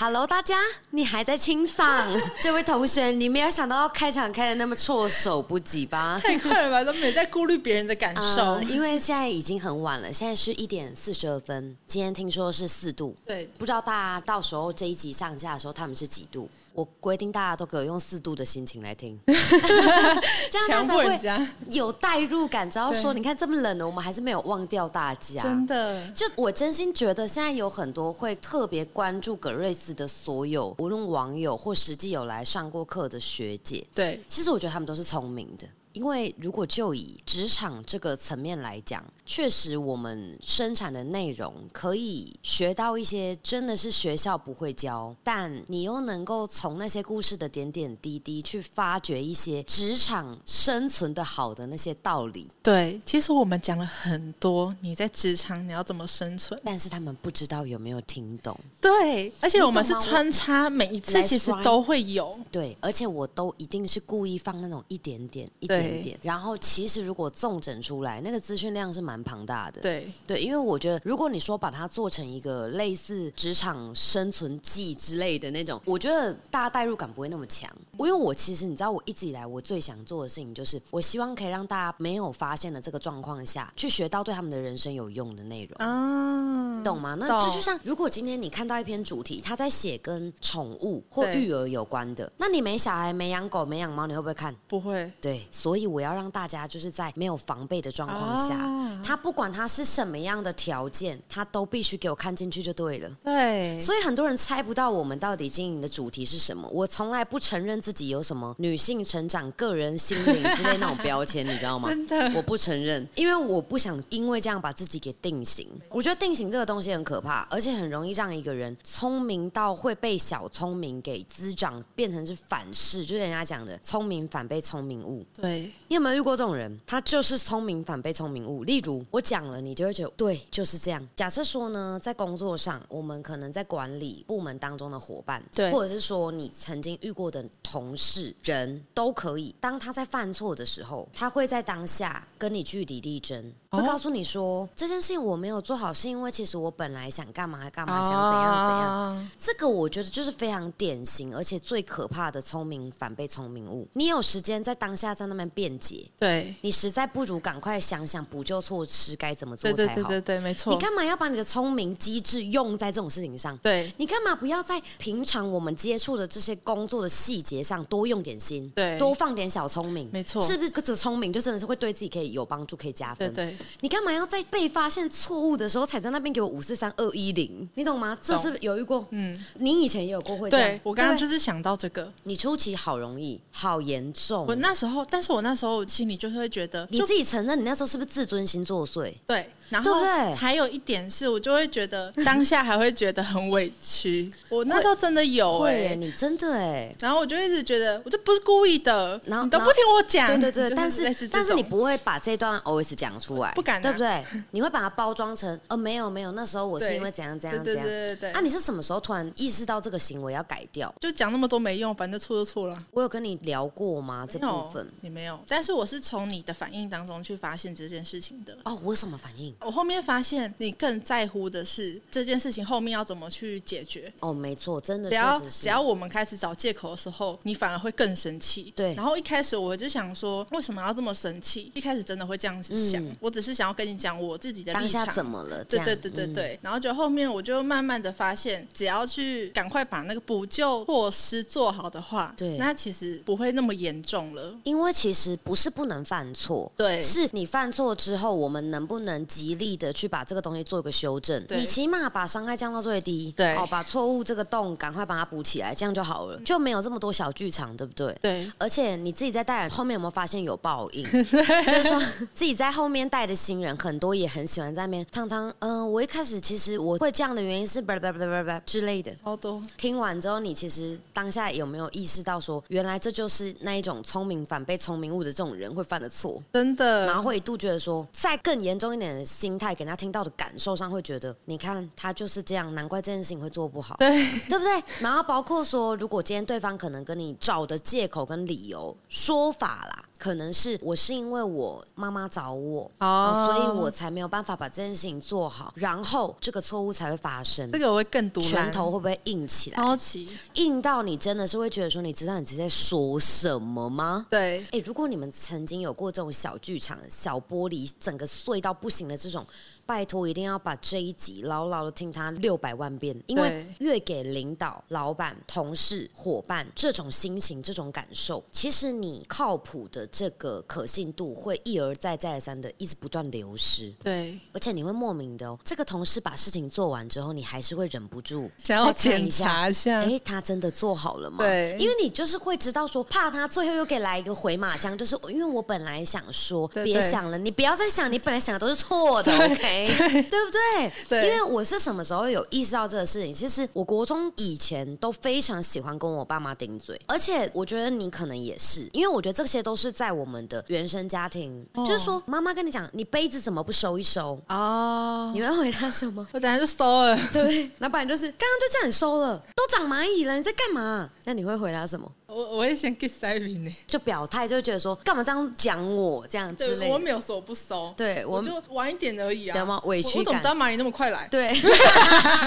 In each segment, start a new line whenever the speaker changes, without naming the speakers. Hello，大家，你还在清嗓？ 这位同学，你没有想到开场开的那么措手不及吧？
太快了吧，都没在顾虑别人的感受。
嗯因为现在已经很晚了，现在是一点四十二分。今天听说是四度，
对
不知道大家到时候这一集上架的时候他们是几度？我规定大家都给我用四度的心情来 听，这样大家
强
才
迫人家
会有代入感。只要说
对
你看这么冷了，我们还是没有忘掉大家，
真的，
就我真心觉得，现在有很多会特别关注葛瑞斯的所有，无论网友或实际有来上过课的学姐，
对
其实我觉得他们都是聪明的。因为如果就以职场这个层面来讲，确实我们生产的内容可以学到一些真的是学校不会教，但你又能够从那些故事的点点滴滴去发掘一些职场生存的好的那些道理，
对。其实我们讲了很多，你在职场你要怎么生存？
但是他们不知道有没有听懂。
对，而且我们
你
是
懂吗
穿插，每一次
That's
其实都会有。
对，而且我都一定是故意放那种一点点、一点
对
点，然后其实如果纵整出来，那个资讯量是蛮庞大的。
对，
对，因为我觉得，如果你说把它做成一个类似职场生存记之类的那种，我觉得大家代入感不会那么强。因为我其实你知道，我一直以来我最想做的事情就是，我希望可以让大家没有发现的这个状况下，去学到对他们的人生有用的内容。
啊，
嗯懂吗？那
懂
这就像，如果今天你看到一篇主题，他在写跟宠物或
对
育儿有关的，那你没小孩、没养狗、没养猫，你会不会看？
不会
对，所以我要让大家就是在没有防备的状况下，
啊
他不管他是什么样的条件，他都必须给我看进去就对了。
对，
所以很多人猜不到我们到底经营的主题是什么。我从来不承认自己有什么女性成长、个人心灵之类那种标签，你知道吗？
真的
我不承认，因为我不想因为这样把自己给定型。我觉得定型这个东西很可怕，而且很容易让一个人聪明到会被小聪明给滋长，变成是反噬，就是人家讲的聪明反被聪明误。
对，
你有没有遇过这种人？他就是聪明反被聪明误。例如，我讲了，你就会觉得对，就是这样。假设说呢，在工作上，我们可能在管理部门当中的伙伴，
对
或者是说你曾经遇过的同事、人都可以。当他在犯错的时候，他会在当下跟你据理力争，会
哦
告诉你说、这件事情我没有做好，是因为其实我本来想干嘛干嘛，想怎样怎样。
啊，
这个我觉得就是非常典型，而且最可怕的聪明反被聪明误。你有时间在当下在那边辩解，
对，
你实在不如赶快想想补救措施该怎么做
对对
才
对
好。
对对，没错，
你干嘛要把你的聪明机智用在这种事情上？
对
你干嘛不要在平常我们接触的这些工作的细节上多用点心，
对
多放点小聪明？
没错
是不是这聪明就真的是会对自己可以有帮助，可以加
对
分？
对，
你干嘛要在被发现错误的时候才在那边给我五四三二一零？你懂吗？这是有遇过，嗯，你以前也有过会这样
对我刚刚
对
就是想到这个，
你初期好容易，好严重
我。那时候，但是我那时候心里就是会觉得，
嗯你
就
自己承认你那时候是不是自尊心作祟？
对，然
对不
后
对
还有一点是我就会觉得 当下还会觉得很委屈，我那时候真的有哎、
会耶，你真的哎。
然后我就一直觉得我就不是故意的，
然后
你都
然
不
后
听我讲，
对对对，
啊就
但
类
是
似这
但是你
种
不会把这段 OS 讲出来，
不敢啊
对不对？你会把它包装成呃没有没有，那时候我是因为怎样怎样
对
怎
对
样。
对对对
啊，你是什么时候突然意识到这个行为要改掉？
就讲那么多没用，反正错就错了。
我有跟你聊过吗？这
没有
部分
你没有，但是我是从你的反应当中去发现这件事情的。
哦，我什么反应？
我后面发现你更在乎的是这件事情后面要怎么去解决，
哦，没错，真的
只
确
要
实是，
只要我们开始找借口的时候，你反而会更生气。
对
然后一开始我就想说，为什么要这么生气？一开始真的会这样子想，
嗯
我只是想要跟你讲我自己的
当
立
下
场。
怎么了？这
对
样
对对对
嗯
对，然后就后面我就慢慢的发现，只要去赶快把那个补救措施做好的话，
对
那其实不会那么严重了。
因为其实不是不能犯错，
对
是你犯错之后，我们能不能极力的去把这个东西做一个修正？
对
你起码把伤害降到最低，
对嗯
哦，把错误这个洞赶快把它补起来，这样就好了，就没有这么多小剧场，对不对？
对
而且你自己在带人后面有没有发现有报 应？就是说自己在后面带的新人很多也很喜欢在那边汤汤，嗯、我一开始其实我会这样的原因是叭叭叭叭叭之类的，
超多，
听完之后，你其实当下有没有意识到说，原来这就是那一种聪明反被聪明误的这种人会犯的错？
真
然
的
后，会一度觉得说，再更严重一点的心态，给他听到的感受上会觉得，你看他就是这样，难怪这件事情会做不好，
对
对不对？然后包括说，如果今天对方可能跟你找的借口跟理由说法啦，可能是我是因为我妈妈找我，
哦
所以我才没有办法把这件事情做好，然后这个错误才会发生。
这个我哦会更毒烂
拳头会不会硬起来？
超级
硬到你真的是会觉得说，你知道你自己在说什么吗？
对，
哎、如果你们曾经有过这种小剧场、小玻璃整个碎到不行的这种，拜托一定要把这一集牢牢的听它六百万遍，因为越给领导、老板、同事、伙伴这种心情、这种感受，其实你靠谱的这个可信度会一而再、再而三的一直不断流失。
对，
而且你会莫名的哦，这个同事把事情做完之后，你还是会忍不住
想
再
要
看
检
一下
查一下，
哎、他真的做好了吗？
嗯对
因为你就是会知道说，怕他最后又给来一个回马枪，就是因为我本来想说，
对
别
对
想了，你不要再想，你本来想的都是错的
对
，OK，
对
对不对？
对
因为我是什么时候有意识到这个事情？其实我国中以前都非常喜欢跟我爸妈顶嘴，而且我觉得你可能也是，因为我觉得这些都是在我们的原生家庭，
哦
就是说妈妈跟你讲，你杯子怎么不收一收？
哦，
你会回答什么？
我等下就收了，
对不 对？老板就是刚刚就叫你收了，都长蚂蚁了，你在干嘛？那你会回答什么？
我我会先 get 塞 饼呢，
就表态，就会觉得说干嘛这样讲我这样之类
对，我
的。
没有说我不收，
对我
我就晚一点而已啊，
对吗委屈
我我怎么
感
知道蚂蚁那么快来？
对，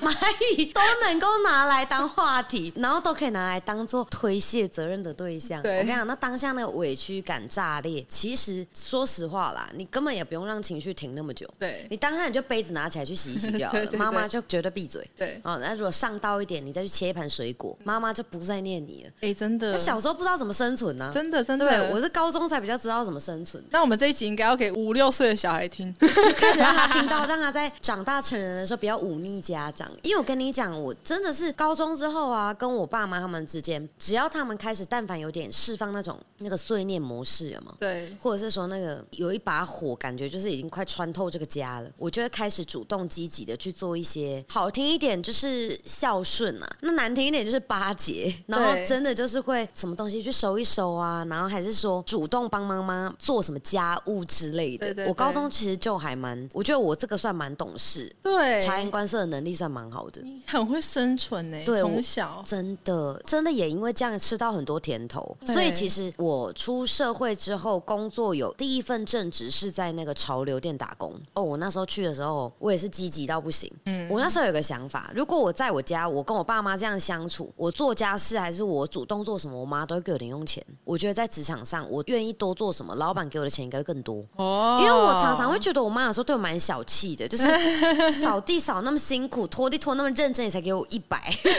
蚂蚁都能够拿来当话题，然后都可以拿来当做推卸责任的对象。
对
我跟你讲，那当下那个委屈感炸裂，其实说实话啦，你根本也不用让情绪停那么久。
对
你当下你就杯子拿起来去洗一洗就好
对对
了，
对
妈妈就绝对闭嘴。
对，
哦，那如果上到一点，你再去切一盘水果，妈妈就不再念你了。
哎，真的
那，小时候不知道怎么生存呢、
真的真
对，
的，
我是高中才比较知道怎么生 存，
那我们这一集应该要给五六岁的小孩听，
就开始让他听到，让他在长大成人的时候不要忤逆家长。因为我跟你讲，我真的是高中之后啊，跟我爸妈他们之间，只要他们开始但凡有点释放那种那个碎念模式，有吗？
对，
或者是说那个有一把火，感觉就是已经快穿透这个家了，我就会开始主动积极的去做一些好听一点就是孝顺啊，那难听一点就是巴结，然后真的就是会什么东西去收一收啊，然后还是说主动帮妈妈做什么家务之类的。
对对对
我高中其实就还蛮，我觉得我这个算蛮懂事，
对，
察言观色的能力算蛮好的。
你很会生存呢，
对我
从小，
真的，真的也因为这样吃到很多甜头，
对
所以其实我出社会之后工作有第一份正职是在那个潮流店打工。哦，我那时候去的时候，我也是积极到不行。
嗯
我那时候有个想法，如果我在我家，我跟我爸妈这样相处，我做家事还是我主动做什么，我妈都会给我零用钱。我觉得在职场上，我愿意多做什么，老板给我的钱应该会更多。
哦
因为我常常会觉得我妈有时候对我蛮小气的，就是扫地扫那么辛苦，拖地拖那么认真，你才给我一百。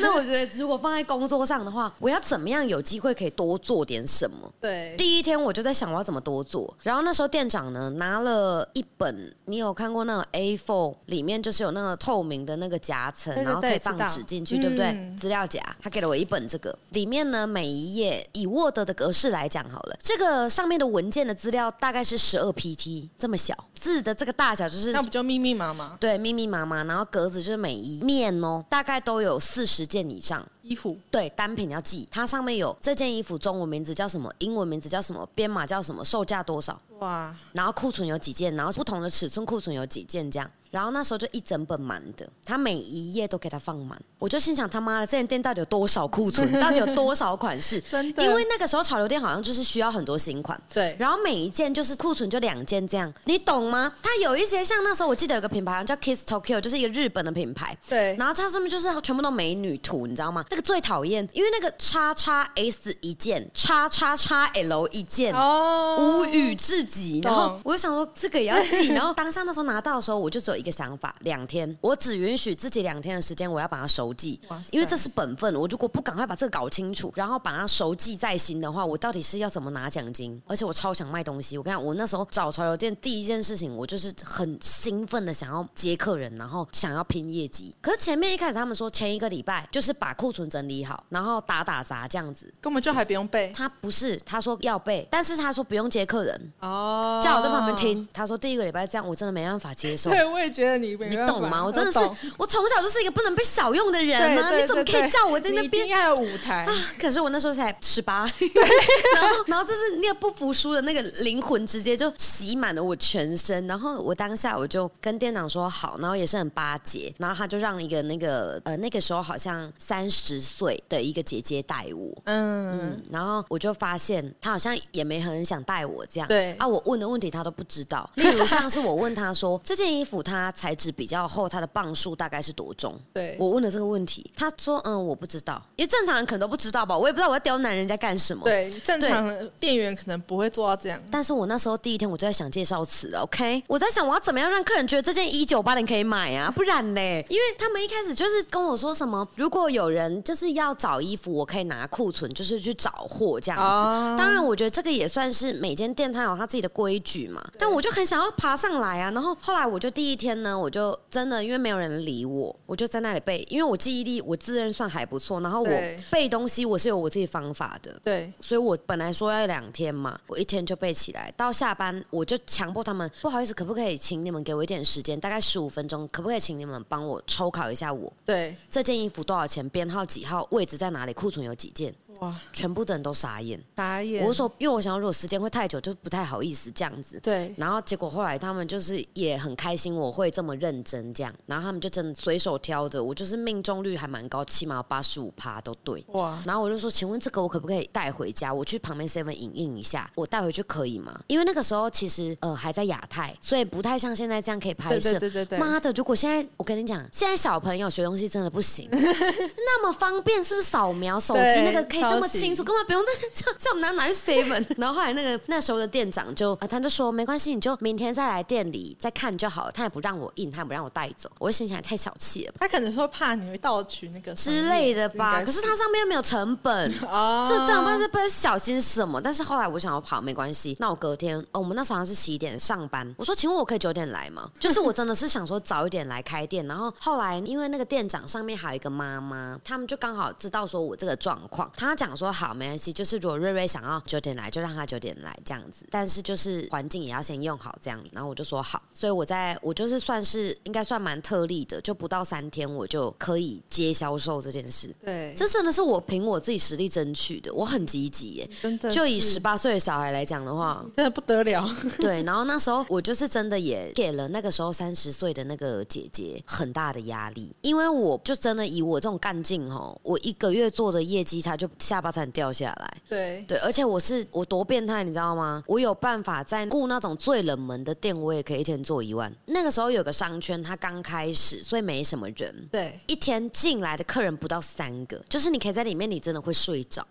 那我觉得如果放在工作上的话，我要怎么样有机会可以多做点什么？
对，
第一天我就在想我要怎么多做，然后那时候店长呢拿了一本，你有看过那种 A4 里面就是有那个透明的那个夹层，
对对
然后可以
对
放
知道
纸进去，对不对
嗯？
资料夹，他给了我一本这个，里面呢每一页以 Word 的格式来讲好了，这个上面的文件的资料大概是十二 PT 这么小，字的这个大小就是
那不就密密麻麻
对密密麻麻，然后格子就是每一面哦，大概都有四十件以上。
衣服？
对，单品要记，它上面有这件衣服中文名字叫什么，英文名字叫什么，编码叫什么，售价多少，
哇，
然后库存有几件，然后不同的尺寸库存有几件这样。然后那时候就一整本满的，他每一页都给它放满，我就心想他妈的，这间店到底有多少库存，到底有多少款式？
真的，
因为那个时候潮流店好像就是需要很多新款，
对
然后每一件就是库存就两件这样，你懂吗？它有一些像那时候我记得有个品牌好像叫 Kiss Tokyo，就是一个日本的品牌，
对
然后它上面就是全部都美女图，你知道吗？那个最讨厌，因为那个叉叉 S 一件，叉叉叉 L 一件。
哦，
无语至极，
懂
然后我就想说这个也要 记，然后当下那时候拿到的时候，我就只有一个想法：两天，我只允许自己两天的时间，我要把它熟记
哇塞，
因为这是本分。我如果不赶快把这个搞清楚，然后把它熟记在心的话，我到底是要怎么拿奖金？而且我超想卖东西。我跟你讲，我那时候找潮流店第一件事情，我就是很兴奋的想要接客人，然后想要拼业绩。可是前面一开始他们说前一个礼拜就是把库存整理好，然后打打杂这样子。
根本就还不用背
他不是，他说要背，但是他说不用接客人，
哦，
叫我在旁边。听。他说第一个礼拜这样，我真的没办法接受。
对，我也觉得你没
你
办法
懂吗？我真的是
懂，
我从小就是一个不能被小用的人啊，
对对
你怎么
对
可以
对
叫我在
你
那
一
边啊
定要有舞台，
可是我那时候才十八，然后然后就是那个不服输的那个灵魂直接就洗满了我全身，然后我当下我就跟店长说好，然后也是很巴结，然后他就让一个那个呃那个时候好像三十岁的一个姐姐带我。
嗯，
嗯，然后我就发现他好像也没很想带我这样。
对
啊，我问的问题他都不知 道。例如像是我问他说 这件衣服它材质比较厚，它的磅数大概是多重？
对
我问了这个问题，他说：“嗯，我不知道，因为正常人可能都不知道吧，我也不知道我要刁难人家干什么。”。
对，正常店员可能不会做到这样，
但是我那时候第一天我就在想介绍词了，OK？我在想我要怎么样让客人觉得这件一九八零可以买啊，不然嘞，因为他们一开始就是跟我说什么，如果有人就是要找衣服，我可以拿库存，就是去找货这样子。
哦
当然，我觉得这个也算是每间店它有它自己的规矩嘛，但我就很想要爬上来啊。然后后来我就第一天呢，我就真的因为没有人理我，我就在那里背，因为我记忆力我自认算还不错，然后我
对
背东西我是有我自己方法的。
对，
所以我本来说要两天嘛，我一天就背起来，到下班我就强迫他们，不好意思，可不可以请你们给我一点时间，大概十五分钟，可不可以请你们帮我抽考一下我
对，
这件衣服多少钱，编号几号，位置在哪里，库存有几件，
哇，
全部的人都傻眼。
打眼，
我是说，因为我想说如果时间会太久，就不太好意思这样子。
对，
然后结果后来他们就是也很开心，我会这么认真这样，然后他们就真的随手挑的，我就是命中率还蛮高，起码八十五趴都对。
哇，
然后我就说，请问这个我可不可以带回家？我去旁边 seven 影印一下，我带回去可以吗？因为那个时候其实呃还在亚太，所以不太像现在这样可以拍
对
摄
对。对对对，
妈的！如果现在我跟你讲，现在小朋友学东西真的不 行，那么方便，是不是扫描手机
对
那个可以那么
超级
清楚，根本不用再 像像我们拿拿去 seven。然后后来那个那时候的店长就啊，他就说没关系，你就明天再来店里再看就好了。他也不让我印，他也不让我带走，我就心想太小气了吧
他可能说怕你会盗取那个
之类的吧。
哎应该
可是它上面又没有成本，
啊，
这当然是不知道小心什么，但是后来我想要跑，没关系。那我隔天，哦，我们那时候好像是十一点上班，我说，请问我可以九点来吗？就是我真的是想说早一点来开店，然后后来因为那个店长上面还有一个妈妈，他们就刚好知道说我这个状况，他讲说好，没关系，就是如果瑞瑞想要九点来，就让他九点来这样子，但是就是环境也要先用好这样，然后我就说好，所以我在我就是算是应该算蛮特例的，就不到三天我就可以接销售这件事。
对，
这真的是我凭我自己实力争取的，我很积极耶。
真的
就以
是
十八岁的小孩来讲的
，
话
真的不得了，
对，然后那时候我就是真的也给了那个时候三十岁的那个姐姐很大的压力，因为我就真的以我这种干劲吼，我一个月做的业绩，她就下巴差点掉下来。
对，
对，而且我是我多变态，你知道吗？我有办法在雇那种最冷门的店，我也可以一天做一万。那个时候有个商圈，它刚开始，所以没什么人，
对，
一天进来的客人不到三个，就是你可以在里面，你真的会睡着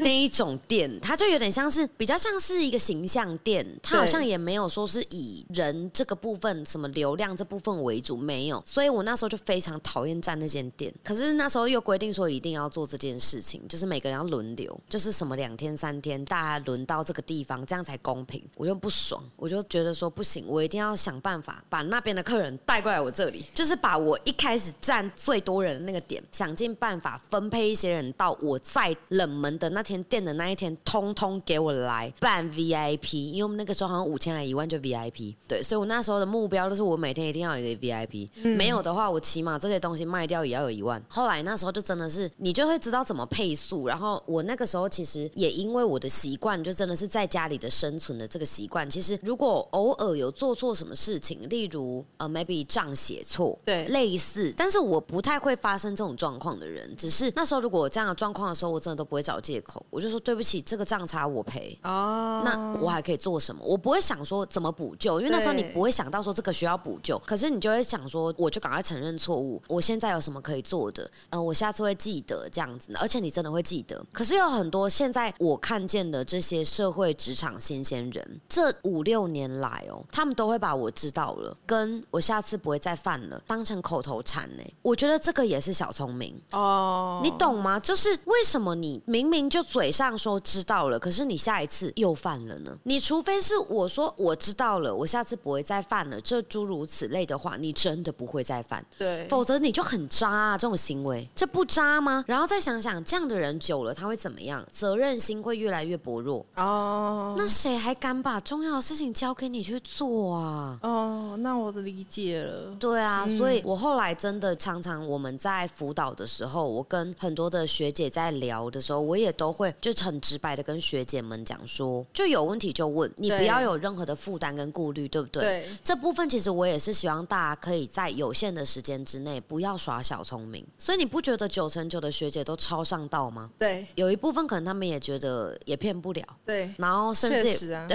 那一种店，它就有点像是比较像是一个形象店，它好像也没有说是以人这个部分什么流量这部分为主，没有，所以我那时候就非常讨厌站那间店。可是那时候又规定说一定要做这件事情，就是每个人要轮流，就是什么两天三天，大家轮到这个地方，这样才公平。我就不爽，我就觉得说不行，我一定要想办法把那边的客人带过来我这里，就是把我一开始站最多人的那个点，想尽办法分配一些人到我在冷门的那天店的那一天，通通给我来办 VIP，因为我们那个时候好像五千还一万就 VIP，对，所以我那时候的目标就是我每天一定要有一个 VIP，、没有的话我起码这些东西卖掉也要有一万。后来那时候就真的是你就会知道怎么配速，然后我那个时候其实也因为我的习惯，就真的是在家里的生存的这个习惯。其实如果偶尔有做错什么事情，例如呃 maybe 账写错，
对
类似，但是我不太会发生这种状况的人。只是那时候如果有这样的状况的时候，我真的都不会找借口，我就说对不起，这个账差我赔。
哦，
那我还可以做什么？我不会想说怎么补救，因为那时候你
对
不会想到说这个需要补救，可是你就会想说，我就赶快承认错误，我现在有什么可以做的？嗯，我下次会记得这样子，而且你真的会记得。可是有很多现在我看见的这些社会职场新鲜人，这五六年来哦，他们都会把我知道了，跟我下次不会再犯了，当成口头禅呢、我觉得这个也是小聪明。
哦，
你懂吗？就是为什么你明明就嘴上说知道了，可是你下一次又犯了呢？你除非是我说我知道了，我下次不会再犯了，这诸如此类的话，你真的不会再犯，
对，
否则你就很渣啊！这种行为，这不渣吗？然后再想想，这样的人久久了他会怎么样？责任心会越来越薄弱。
哦
那谁还敢把重要的事情交给你去做啊？
哦，那我的理解了。
对啊，
嗯
所以我后来真的常常我们在辅导的时候，我跟很多的学姐在聊的时候，我也都会就很直白的跟学姐们讲说，就有问题就问，你不
对
要有任何的负担跟顾虑，对不对？
对，
这部分其实我也是希望大家可以在有限的时间之内不要耍小聪明，所以你不觉得九成九的学姐都超上道吗？
对，
有一部分可能他们也觉得也骗不了，
对，
然后甚
确
至也
实啊，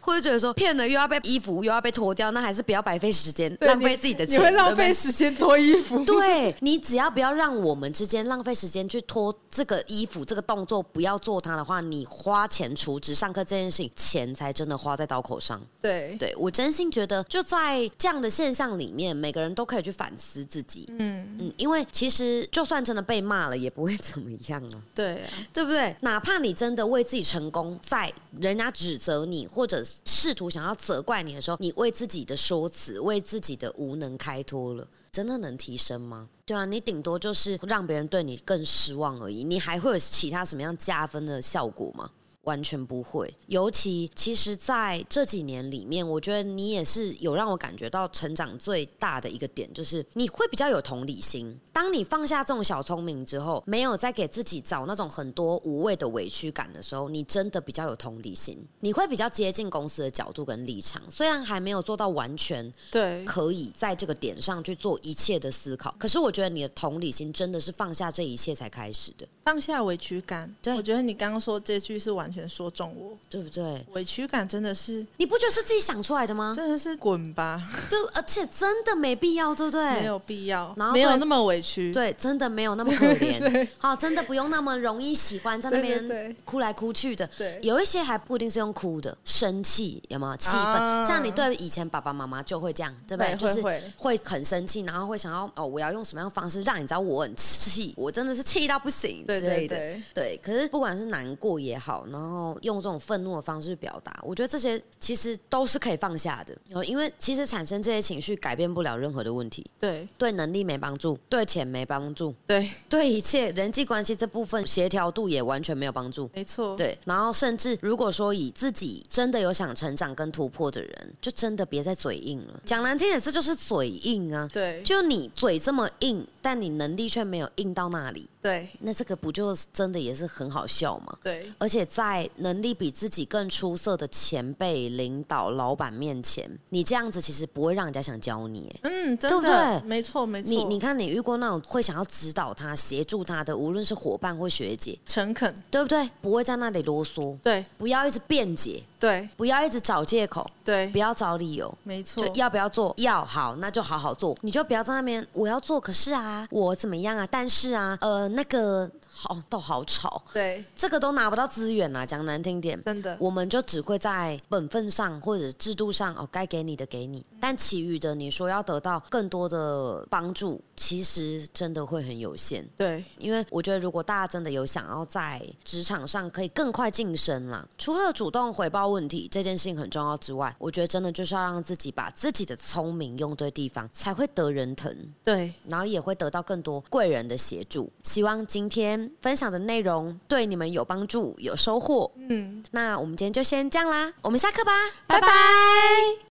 会觉得说骗了又要被衣服又要被脱掉，那还是不要白费时间，
对
浪费自己的钱，
你会浪
对不对
费时间脱衣 服。
对你只要不要让我们之间浪费时间去脱这个衣服这个动作，不要做它的话，你花钱储值上课这件事情，钱才真的花在刀口上。
对，
对我真心觉得，就在这样的现象里面，每个人都可以去反思自己。
嗯，
嗯，因为其实就算真的被骂了，也不会怎么样啊，
对啊，
对不对？哪怕你真的为自己成功，在人家指责你或者试图想要责怪你的时候，你为自己的说辞、为自己的无能开脱了，真的能提升吗？对啊，你顶多就是让别人对你更失望而已，你还会有其他什么样加分的效果吗？完全不会。尤其其实在这几年里面，我觉得你也是有让我感觉到成长最大的一个点，就是你会比较有同理心。当你放下这种小聪明之后，没有再给自己找那种很多无谓的委屈感的时候，你真的比较有同理心，你会比较接近公司的角度跟立场。虽然还没有做到完全
对，
可以在这个点上去做一切的思考，可是我觉得你的同理心真的是放下这一切才开始的，
放下委屈感。
对
我觉得你刚刚说这句是完全说中我，
对不对？
委屈感真的是，
你不觉得是自己想出来的吗？
真的是滚吧，
对，而且真的没必要，对不对？
没有必要
然后，
没有
会
那么委屈。
对，真的没有那么可 怜。好，真的不用那么容易喜欢在那
对对
边
对
哭来哭去的。
对
有一些还不一定是用哭的，生气有没有？气愤，
啊
像你对以前爸爸妈妈就会这样，对不对？
会
就是
会
会很生气，然后会想要哦，我要用什么样的方式让你知道我很气，我真的是气到不行之
对
类
对
的。
对，
对，可是不管是难过也好，然后用这种愤怒的方式表达，我觉得这些其实都是可以放下的。然后，因为其实产生这些情绪改变不了任何的问题，
对
对能力没帮助，对钱没帮助，
对，
对一切人际关系这部分协调度也完全没有帮助。
没错，
对，然后甚至如果说以自己真的有想成长跟突破的人，就真的别再嘴硬了。讲难听点，这就是嘴硬啊！
对
就你嘴这么硬，但你能力却没有硬到那里，
对
那这个不就真的也是很好笑吗？
对
而且在能力比自己更出色的前辈、领导、老板面前，你这样子其实不会让人家想教你、欸
嗯，
对
真
不
的，
对
没错没错，
你你看，你遇过那种会想要指导他、协助他的，无论是伙伴或学姐，
诚恳，
对不对？不会在那里啰嗦，
对
不要一直辩解，
对
不要一直找借口，
对
不，要找理由。
没错
就，要不要做？要好，那就好好做。你就不要在那边，我要做，可是啊，我怎么样啊？但是啊，呃，那个好都好吵，
对，
这个都拿不到资源啊。讲难听点，
真的，
我们就只会在本分上或者制度上哦，该给你的给你，但其余的你说要得到更多的帮助，其实真的会很有限。
对
因为我觉得，如果大家真的有想要在职场上可以更快晋升啦，除了主动回报问题这件事情很重要之外，我觉得真的就是要让自己把自己的聪明用对地方，才会得人疼。
对，
然后也会得到更多贵人的协助。希望今天分享的内容对你们有帮助、有收获。
嗯。
那我们今天就先这样啦，我们下课吧，拜拜。